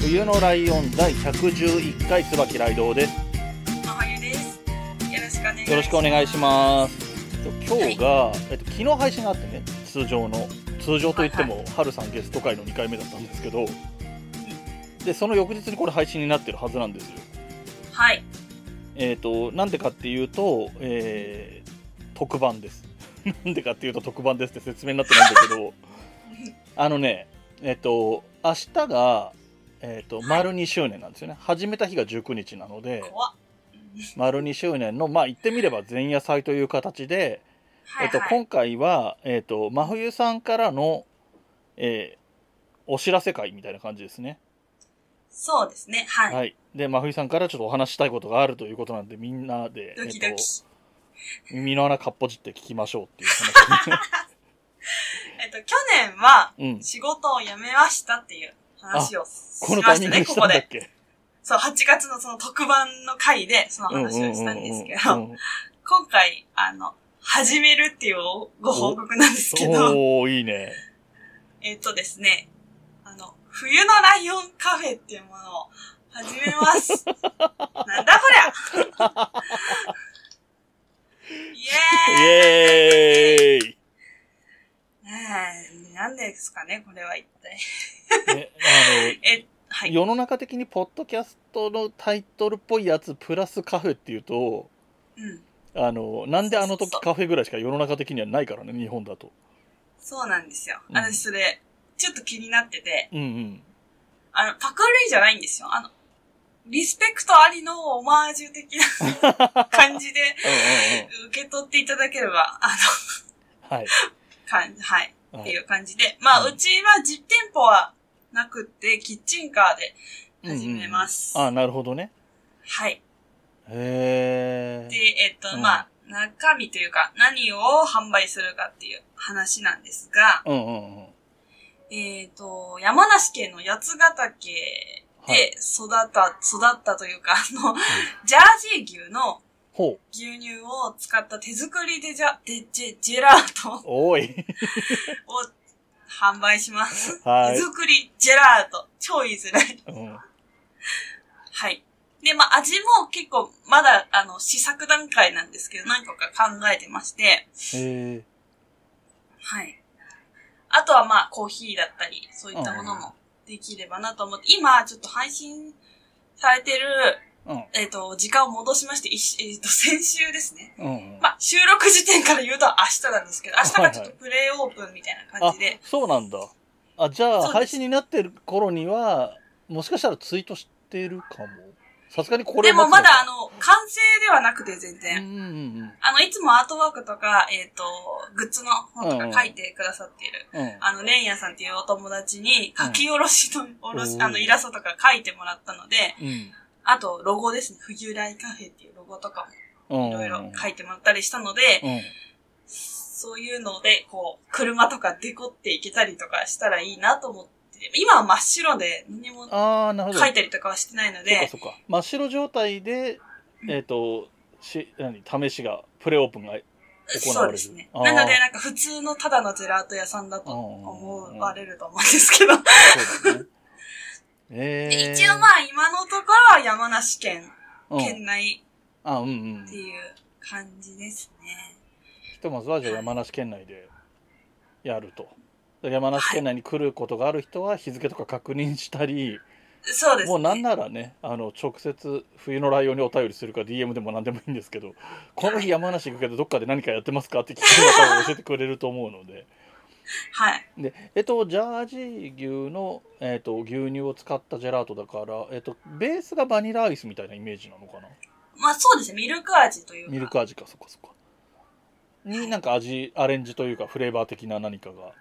冬のライオン第111回椿ライドウです。まはゆですよろしくお願いしますよろしくお願いします。今日が、えっと、昨日配信があってね、通常の、通常といっても、はるさんゲスト会の2回目だったんですけど、で、その翌日にこれ配信になってるはずなんですよ。はいえっ、と、なんでかっていうと、えー特番です。 なんでかっていうと特番ですって説明になってないんだけ ど、あのね、えっ、と、明日が、えっ、と、丸2周年なんですよね。始めた日が19日なので、怖っ丸2周年の、まあ言ってみれば前夜祭という形で、はいはい、えっと、今回は、えっと、真冬さんからの、えーお知らせ会みたいな感じですね。そうですねはい、はい。で、真冬さんからちょっとお話ししたいことがあるということなんで、みんなで、ドキドキ、えっと、耳の穴かっぽじって聞きましょうっていう話。えっと去年はうん。仕事を辞めましたっていう話をこしのまタイしミたングねにこしたこんだっでけそう8月のその特番の回でその話をしたんですけど、うんうんうんうん今回あの始めるっていうご報告なんですけどおー、い いね。えっとですね、あの、冬のライオンカフェっていうものを始め ます。なんだこりゃイイエーイエ ーイ、ねえなんですかね、これは一体。ねえ、はあの、い。世の中的にポッドキャストのタイトルっぽいやつプラスカフェっていうと、うん。あの、なんであの時そうそうカフェぐらいしか世の中的にはないからね、日本だと。そうなんですよ。うん私それ、ちょっと気になってて、う んうん。あの、パクリじゃないんですよ。あの、リスペクトありのオマージュ的 な感じで受け取っていただければ、あはい。の、感じ、はい。っはていいう感じで。まあ、うんうちは実店舗はなくって、キッチンカーで始めます。うんうんあなるほどね。はい。へで、え。えっと、うんまあ、中身というか、何を販売するかっていう話なんですが、うんうんうん。えっと、山梨県の八ヶ岳はい。で育った、育ったというか、あの、ジャージー牛のほう。牛乳を使った手作りでじゃ、で、ジェ、ジェラートを おい。販売します。は手い。作りジェラート。超言いづらい。うんはい。で、まあ、味も結構、まだ、あの、試作段階なんですけど、何個か考えてまして、へえ。はい。あとは、まあ、コーヒーだったり、そういったものもできればなと思って、今、ちょっと配信されてる、うん。えっ、と、時間を戻しまして、いしえっ、と、先週ですね。うんうん。まあ、収録時点から言うと明日なんですけど、明日がちょっとはいプレイオープンみたいな感あじで、、そうなんだ。あ、じゃそうあ、です配信になってる頃には、もしかしたらツイートしてるかも。さすがにこれでもまだ、あのの、完成ではなくて、全然。うんうんうんあの、いつもアートワークとか、えっ、と、グッズの本とか書いてくださっている、うん。あの、レンヤさんっていうお友達にうん書き下ろしの、おろしお、ーあの、イラストとか書いてもらったので、うん。あと、ロゴですね。冬来カフェっていうロゴとかうん。もいろいろ書いてもらったりしたので、うん。そういうので、こう、車とかデコっていけたりとかしたらいいなと思って、今は真っ白で何もああ、なるほど。書いたりとかはしてないのそうかで、そうか真っ白状態で、えっとし何試しがプレオープンが行そうわでれるすね。あーなので、なんか普通のただのジェラート屋さんだと思われると思うんですけど、そうだね。え でー、一応まあ今のところは山梨県、あうん、県内あうんうんっていう感じですね。ひとまずはじゃあ山梨県内でやるとで山梨県内に来ることがある人は日付とか確認したり、そうですね。もうなんならねあの直接冬のライオンにお便りするか DM でも何でもいいんですけどこの日山梨行くけどどっかで何かやってますかって聞く方が多分教えてくれると思うのではい。で、えっと、ジャージー牛の、えっと、牛乳を使ったジェラートだから、えっと、ベースがバニラアイスみたいなイメージなのかなまあそうですね。ミルク味というか。ミルク味か、そっかそっか。になんか味、アレンジというかフレーバー的な何かが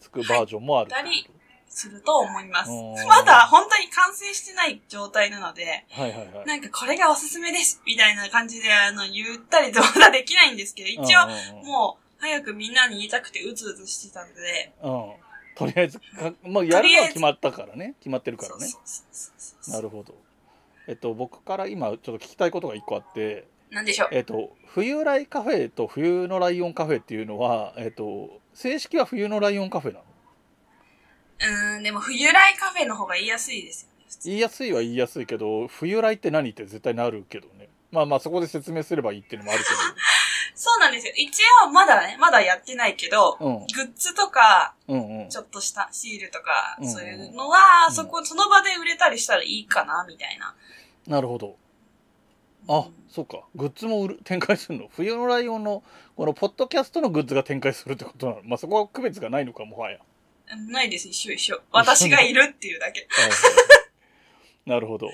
つくバージョンもあるってこと、はいすると思います。うんまだ本当に完成してない状態なので、はいはいはい。なんかこれがおすすめですみたいな感じで、あの、言ったりとまだできないんですけど、一応、応、もう、早くみんなに言いたくてうずうずしてたので、うん。とりあえずか、まあ、やるのは決まったからね。決まってるからね。そうそうそうそうそうなるほど。えっと、僕から今、ちょっと聞きたいことが一個あって、なんでしょう。えっと、冬来カフェと冬のライオンカフェっていうのは、えっと、正式は冬のライオンカフェなのうーん、でも冬来カフェの方が言いやすいですよね、普通。言いやすいは言いやすいけど、冬来って何って絶対なるけどね。まあまあ、そこで説明すればいいっていうのもあるそうなんですよ。一応まだね、まだやってないけど、けど。うん。グッズとか、うんうん。ちょっとしたシールとか、うんそういうのは、うんそこ、その場で売れたりしたらいいかな、みたいな。なるほど。うあん、そうか。グッズも売る展開するの。冬のライオンの、このポッドキャストのグッズが展開するってことなの。まあ、そこは区別がないのか、もは や。ないです、一緒一 緒。私がいるっていうだけ。なるほど。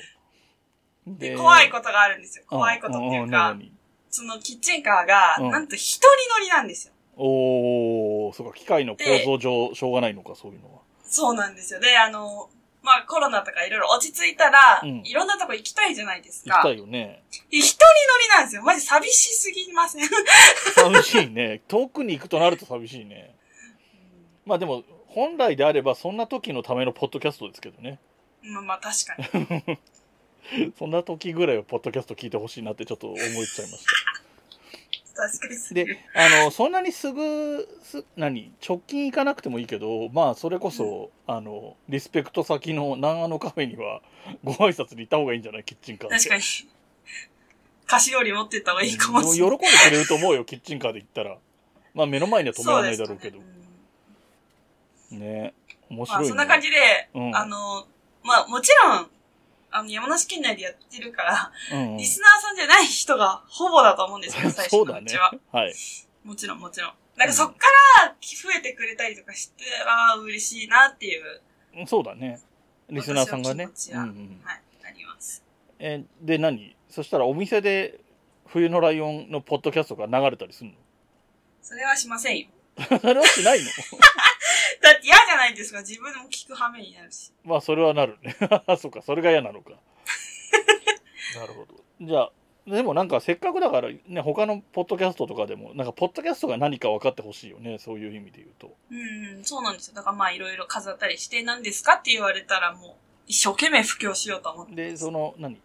で、怖いことがあるんですよ。怖いことっていうか、んんん何そのキッチンカーが、うんなんと一人乗りなんですよ。おー、そうか、機械の構造上、しょうがないのか、そういうのは。そうなんですよ。で、あの、まあコロナとかいろいろ落ち着いたら、うんいろんなとこ行きたいじゃないです行きかた。いよね。一人乗りなんですよ。マジ寂しすぎません。 寂しいね。遠くに行くとなると寂しいね。まあでも、本来であれば、そんな時のためのポッドキャストですけどね。まあまあ確かに。そんな時ぐらいは、ポッドキャスト聞いてほしいなって、ちょっと思っちゃいました。確かに。で、あの、そんなにすぐ、す、何、直近行かなくてもいいけど、まあ、それこそ、あの、リスペクト先の南アのカフェには、ご挨拶に行った方がいいんじゃないキッチンカーで。確かに。 菓子折り持ってった方がいいかもしれない。うん喜んでくれると思うよ、キッチンカーで行ったら。まあ、目の前には止まらないだろうけどそ。ですねんね面ま白い、あ、ね。そんな感じで、うんあの、まあ、もちろん、あの、山梨県内でやってるから、うんうんリスナーさんじゃない人がほぼだと思うんですよ、最 初そうのだうねちは。。はい。もちろん、もちろん。なんうかんそっから増えてくれたりとかして、ああ、嬉しいなっていう、そうだね。リスナーさんがね。私うはんう気持ちがん、はい、あります。えで、何そしたら、お店で、冬のライオンのポッドキャストが流れたりするの それはしませんよ。それはしないの だって嫌じゃないですか、自分も聞く羽目になるし。まあ、それはなる ね。そうか、それが嫌なのか。 なるほど。じゃあ、でもなんかせっかくだからね、他のポッドキャストとかでも、なんかポッドキャストが何か分かってほしいよね、そういう意味で言うと。うん、うんそうなんですよ。だからまあいろいろ飾ったりして、何ですかって言われたらもう、一生懸命布教しようと思って。で、その、何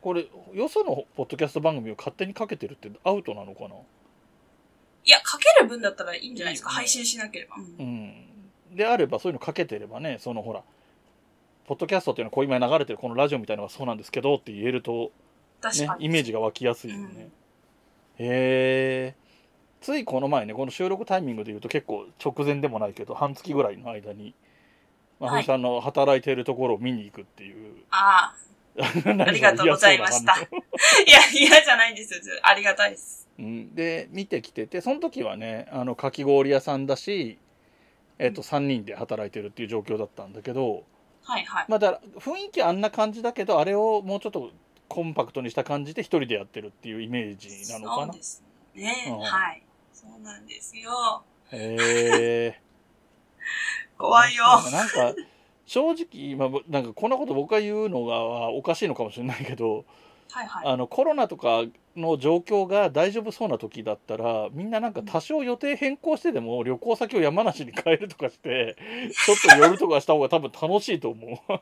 これ、よそのポッドキャスト番組を勝手にかけてるってアウトなのかないや、かける分だったらいいんじゃないですか。いいよね配信しなければ。うんうん。であれば、そういうのかけてればね、そのほら、ポッドキャストっていうのはこう今流れてるこのラジオみたいなのがそうなんですけどって言えると、確ねか、に。イメージが湧きやすいよね。うんへえ。ついこの前ね、この収録タイミングで言うと結構直前でもないけど、半月ぐらいの間に、まあ、はいふさんの働いているところを見に行くっ ていう。ああ、あありがとうございました。いや、嫌じゃないんですよ。ありがたいです。うん、で、見てきてて、その時はね、あの、かき氷屋さんだし、えっと、3人で働いてるっていう状況だったんだけど、はいはい。まあ、だから雰囲気あんな感じだけど、あれをもうちょっとコンパクトにした感じで一人でやってるっていうイメージなのかそうなで。すね。うんはい。そうなんですよ。へえ。怖いよ。なんか、正直、今、なんかこんなこと僕が言うのがおかしいのかもしれないけど、はいはい。あの、コロナとかの状況が大丈夫そうな時だったら、みんななんか多少予定変更してでも旅行先を山梨に変えるとかして、ちょっと寄るとかした方が多分楽しいと思う。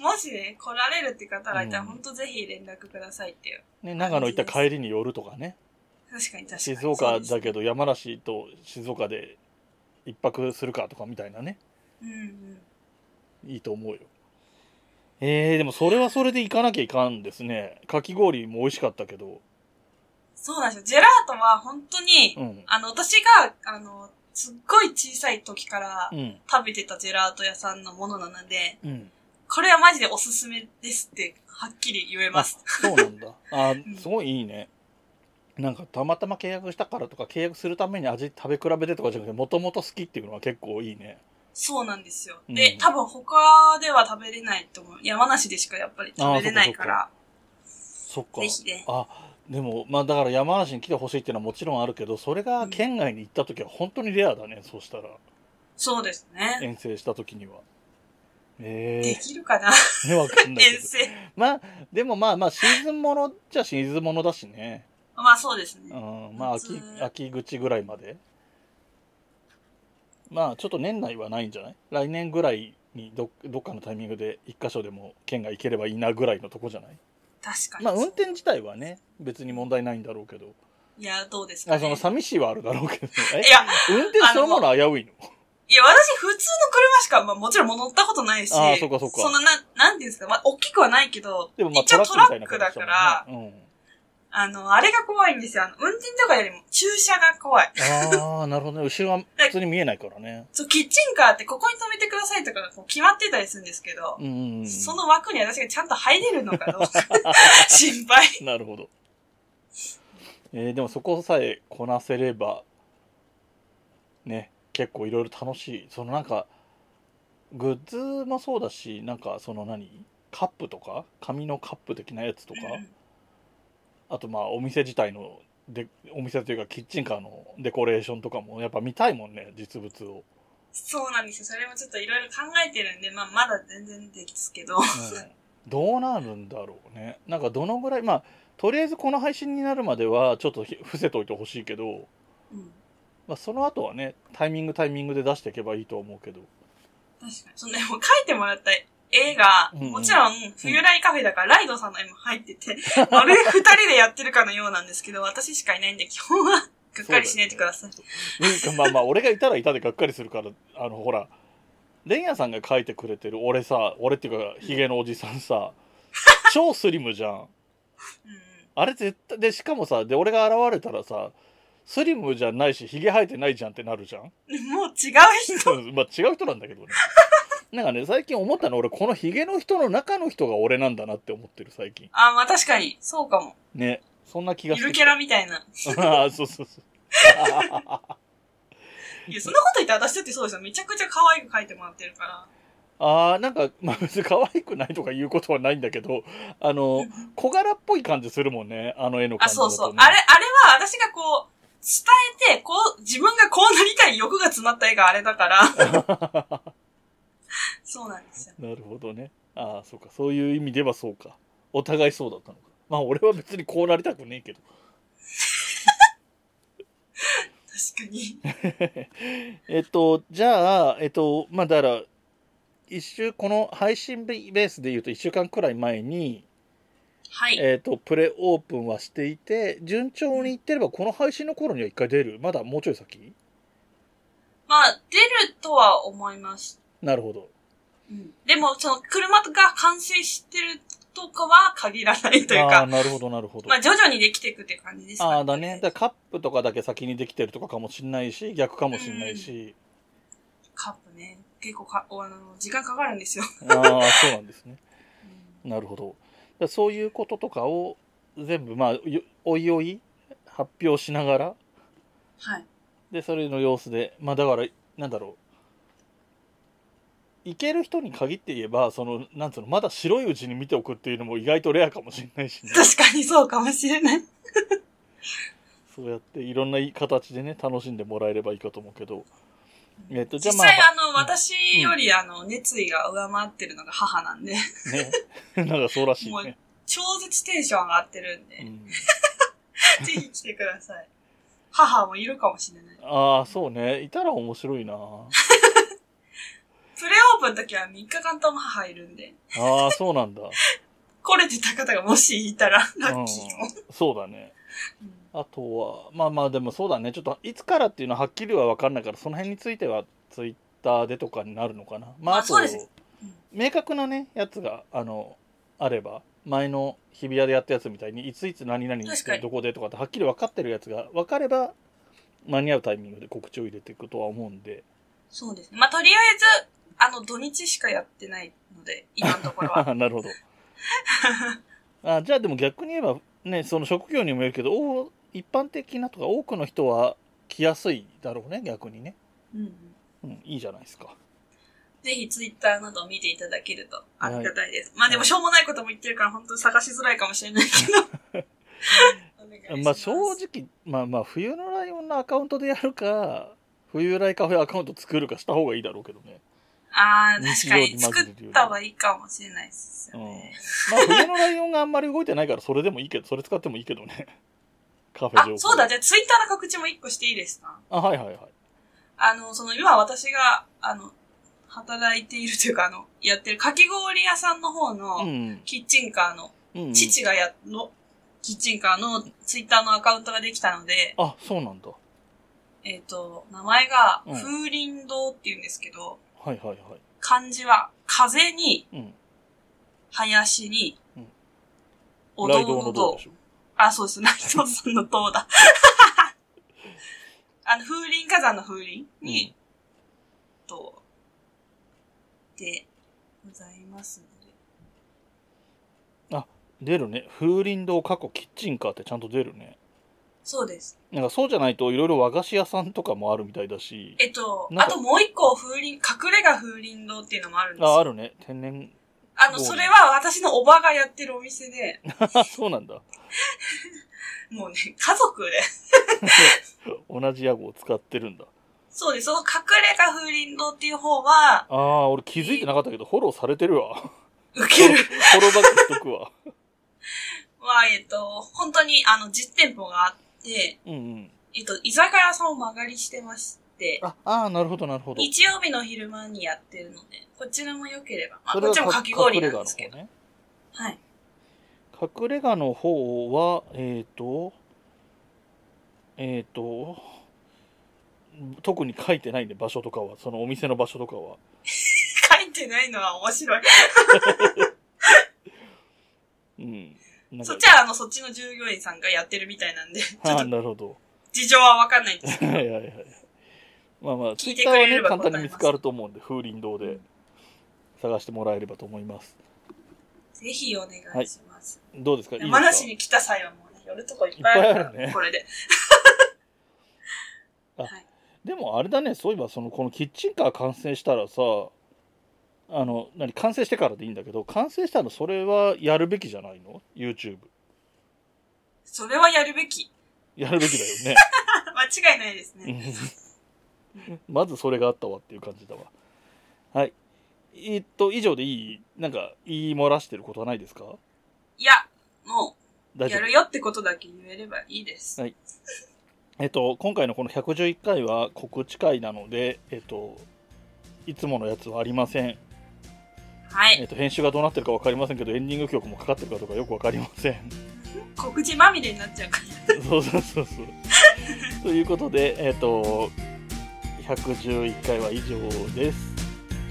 もしね、来られるって方がいたら、うんほんとぜひ連絡くださいっていう。ね、長野行った帰りに寄るとかね。確かに確かに。静岡だけど。ど山梨と静岡で一泊するかとかみたいなね。うんうん。いいと思うよ。えー、でもそれはそれで行かなきゃいかんですね。かき氷も美味しかったけど。そうなんですよ。ジェラートは本当に、うん。あの、私が、あの、すっごい小さい時からうん。食べてたジェラート屋さんのものなので、うん。これはマジでおすすめですって、はっきり言えます。そうなんだ。あんすごいいいね。なんかたまたま契約したからとか契約するために味食べ比べてとかじゃなくてもともと好きっていうのは結構いいね。そうなんですよ。うんで、多分他では食べれないと思う。山梨でしかやっぱり食べれないから。そっかぜ。ひね。あでもまあだから山梨に来てほしいっていうのはもちろんあるけどそれが県外に行った時は本当にレアだねそうしたら。そうですね。遠征した時には。でえきるかなえね、わかんないけ遠ど。征。まあ、でもまあまあ、シーズンものっちゃシーズンものだしね。まあそうですうね。ん、まあ秋夏、秋口ぐらいまで。まあ、ちょっと年内はないんじゃない来年ぐらいにど、どっかのタイミングで一箇所でも県が行ければいいなぐらいのとこじゃない確かに。まあ、運転自体はね、別に問題ないんだろうけど。いや、どうですか、あ、ね、その、寂しいはあるだろうけど。えいや、運転そのもの危ういのいや、私、普通の車しか、まあ、もちろんもう乗ったことないし、あーそっかそっかんな、ななんていうんですか、まあ、大きくはないけど、でもまあ、一ト応トラッラクみたいなックだ形だかもんら、ね。あの、あれが怖いんですよ。あの、運転とかよりも、駐車が怖い。うん。ああ、なるほどね。後ろは普通に見えないからね。そう、キッチンカーってここに止めてくださいとかがこう決まってたりするんですけど、うんうん。その枠に私がちゃんと入れるのかどう か、心配。なるほど。えーでもそこさえこなせれば、ね、結構いろいろ楽しい。そのなんか、グッズもそうだし、なんかその何カップとか紙のカップ的なやつとか、うんあとまあお店自体の、でお店というかキッチンカーのデコレーションとかもやっぱ見たいもんね、実物を。そうなんですよ。それもちょっといろいろ考えてるんで、まあ、まだ全然ですけど。うん どうなるんだろうねなんかどのぐらいまあとりあえずこの配信になるまではちょっとひ伏せといてほしいけど、うんまあ、その後はねタイミングタイミングで出していけばいいと思うけど確かに。その、でも書いてもらった絵が、うんうんもちろん、冬来カフェだから、ライドさんの絵も入ってて、まるで二人でやってるかのようなんですけど、私しかいないんで、基本は、がっかりしないでください。なんかまあまあ俺がいたらいたでがっかりするからあのほらレンヤさんが書いてくれてる俺さ俺っていうかヒゲのおじさんさ超スリムじゃんうんうんあれ絶対でしかもさで俺が現れたらさスリムじゃないしヒゲ生えてないじゃんってなるじゃんもう違う人。うんまあ違う人なんだけどね。なんかね、最近思ったの俺、このヒゲの人の中の人が俺なんだなって思ってる、最近。あ、まあ確かに、そうかも。ね。そんな気がゆするる。キャラみたいな。 ああ、そうそうそう。いや、そんなこと言ったら私だってそうですよ。めちゃくちゃ可愛く描いてもらってるから。ああ、なんか、まあ別に可愛くないとか言うことはないんだけど、あの、小柄っぽい感じするもんね、あの絵の感あ、じだとそね、うそう。あれ、あれは私がこう、伝えて、こう、自分がこうなりたい欲が詰まった絵があれだから。 そうなんですよ。なるほどね。ああ、そうか。そういう意味ではそうか。お互いそうだったのか。まあ俺は別にこうなりたくねえけど。確か に。えっと、じゃあ、えっと、まあ、だから、一週、この配信ベースで言うと1週間くらい前に、はい。えっと、プレオープンはしていて、順調にいってれば、この配信の頃には一回出る。まだもうちょい先まあ、出るとは思います。なるほど。うん。でも、その、車が完成してるとかは限らないというああー、か、なるほど、なるほど。まあ、徐々にできていくって感じですかねああ、だね。だからカップとかだけ先にできてるとかかもしんないし、逆かもしんないし。カップね。結構か、あの、時間かかるんですよ。ああ、そうなんですね。うんなるほど。だからそういうこととかを、全部、まあ、よおいおい、発表しながら、はい。でそれの様子でまあだからなんだろう行ける人に限って言えばそのなんつうのまだ白いうちに見ておくっていうのも意外とレアかもしれな いしね確かにそうかもしれない。そうやっていろんな形でね楽しんでもらえればいいかと思うけどえっとじゃ実あまあ際、あの、私より、あの、熱意が上回ってるのが母なんで、 ね なんかそうらしいもうね、超絶テンション上がってるんうで、ん、ぜひ来てください。母もいるかもしれない。ああそうねいたら面白いなプレオープンの時は3日間とも母いるんで、ああそうなんだ、来れてた方がもしいたら、うラッんキーも。、そうだねうんあとはまあまあでもそうだねちょっといつからっていうのははっきりは分かんないからその辺についてはツイッターでとかになるのかなまあまああとそうですうん明確なねやつがあのあれば前の日比谷でやったやつみたいにいついつ何々確かにどこでとかってはっきり分かってるやつが分かれば間に合うタイミングで告知を入れていくとは思うんでそうですね。まあ、とりあえず、あの、土日しかやってないので、今のところ は。なるほどあじゃあでも逆に言えばねその職業にもよるけどお一般的なとか多くの人は来やすいだろうね逆にね、うんうんうん、いいじゃないですかぜひツイッターなどを見ていただけるとありがたいです。まあでもしょうもないことも言ってるから本当に探しづらいかもしれないけど。お願いしますまあ正直、まあまあ冬のライオンのアカウントでやるか、冬来カフェアカウント作るかした方がいいだろうけどね。ああ、確日常かにに。混ぜ作てるよりった方がいいかもしれないですうよ ん。まあね。、冬のライオンがあんまり動いてないから、それでもいいけど、それ使ってもいいけ どね。カフェあ情報。、そうだ、じゃあツイッターの告知も一個していいですかあ、はいはいはい。あの、その、今私が、あの、働いているというか、あの、やってるかき氷屋さんの方うんの、キッチンカーの、うん。うん。父がや、の、キッチンカーのツイッターのアカウントができたので、あ、そうなんだ。えっ、と、名前が、うん風林堂って言うんですけど、はいはいはい。漢字は、風に、うん。林にうん、おライ堂ドののどう堂でし。ょう。あ、そうです。内藤さんの塔だ。 あの、風林火山の風林に、と、で、ございますので。出るね。風鈴堂過去キッチンカーってちゃんと出るね。そうです。なんかそうじゃないといろいろ和菓子屋さんとかもあるみたいだし。えっと、なあんかともう一個風林、隠れ家風林堂っていうのもあるんですあ、あよ。るね。天然。あの、そうそれは私のおばがやってるお店で、あ、そうなんだ。もうね、家族で。同じ屋号を使ってるんだ。そうです。その隠れ家風林堂っていう方は、ああ、俺気づいてなかったけど、フォローされてるわ。受フォけロるーフォローバックしとくわ。は、えっと、本当にあの、実店舗があって、 うんうん。えっと、居酒屋さんを間借りしてまして、あ、あーなるほど、なるほど。日曜日の昼間にやってるので、こちらも良ければ。まあ、こっちもかき氷なんですけど。ど。はい。隠れ家の方は、えっ、と、えっ、と、特に書いてないんで、場所とかは、そのお店の場所とかは。書いてないのは面白い。うん。なんそかっちは、あの、そっちの従業員さんがやってるみたいなんで、ちょあっあ、となるほど。事情はわかんないんですけど。はいはいはい。まあまあ、ツ聞イいッてタくーはれれね、ば簡単に答え見ますつかると思うんで、風林堂で探してもらえればと思います。ぜひお願いします。どうですかいいですか山梨に来た際はもうね、寄るとこいっぱいあるいっぱいあかるねら、これで。でもあれだねそういえばそのこのキッチンカー完成したらさあの何完成してからでいいんだけど完成したらそれはやるべきじゃないの YouTube それはやるべき。やるべきだよね間違いないですね。うんまずそれがあったわっていう感じだわはいえっと以上でいいなんか言い漏らしてることはないですかいや、もう、大丈や夫るよってことだけ言えればいいです。はいえっと今回のこの111回は告知会なのでえっといつものやつはありませんはい。 えっと編集がどうなってるか分かりませんけどエンディング曲もかかってるかとかよく分かりません告知まみれになっちゃうから。そうそうそうそう。ということで、えっ、と、111回は以上です。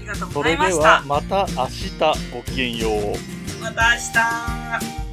ありがとうそござれいでましはた。また明日ごきげんよう。また明日。